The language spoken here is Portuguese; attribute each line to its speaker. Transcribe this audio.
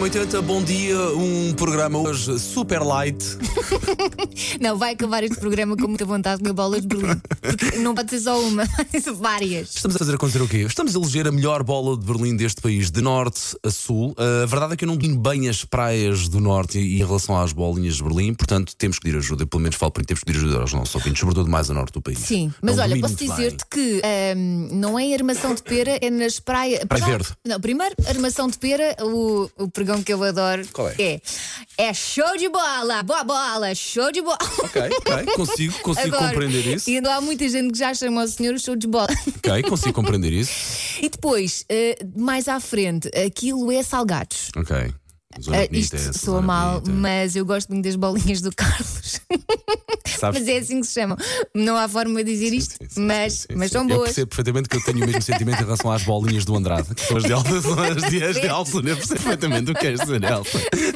Speaker 1: 80, bom dia, um programa hoje super light.
Speaker 2: Não, vai acabar este programa com muita vontade de bolas de Berlim. Porque não pode ser só uma, são várias.
Speaker 1: Estamos a fazer acontecer o quê? Estamos a eleger a melhor bola de Berlim deste país, de norte a sul. Uh, a verdade é que eu não domino bem as praias do norte e, e em relação às bolinhas de Berlim, portanto temos que pedir ajuda. Eu, pelo menos falo para mim, temos que pedir ajuda aos nossos ouvintes, sobretudo mais a norte do país.
Speaker 2: Sim, mas
Speaker 1: Não
Speaker 2: olha,
Speaker 1: domino
Speaker 2: posso
Speaker 1: muito bem.
Speaker 2: dizer-te que ahm, não é em armação de pera, é nas praias.
Speaker 1: Praia Verde.
Speaker 2: Não, primeiro, armação de pera, o, o pregão que eu adoro
Speaker 1: Qual é?
Speaker 2: é é show de bola, boa bola, show de bola.
Speaker 1: Ok, ok, consigo, consigo
Speaker 2: Adoro.
Speaker 1: compreender isso.
Speaker 2: E ainda há muita gente que já chama o senhor o show de bola.
Speaker 1: Ok, consigo compreender isso.
Speaker 2: E depois, eh, mais à frente, aquilo é salgados.
Speaker 1: Ok. Zona
Speaker 2: Eh,
Speaker 1: bonita, é
Speaker 2: isto
Speaker 1: essa
Speaker 2: soa
Speaker 1: zona
Speaker 2: mal,
Speaker 1: bonita.
Speaker 2: mas eu gosto muito das bolinhas do Carlos.
Speaker 1: Sabes-
Speaker 2: Mas é assim que se chamam. Não há forma de dizer isto,
Speaker 1: Sim, sim,
Speaker 2: mas,
Speaker 1: sim, sim,
Speaker 2: mas
Speaker 1: sim.
Speaker 2: são
Speaker 1: Eu
Speaker 2: boas.
Speaker 1: percebo perfeitamente que eu tenho o mesmo sentimento em relação às bolinhas do Andrade, que são as de Elsa, são as de, as de Elsa. Eu percebo perfeitamente o que és dizer, Elsa.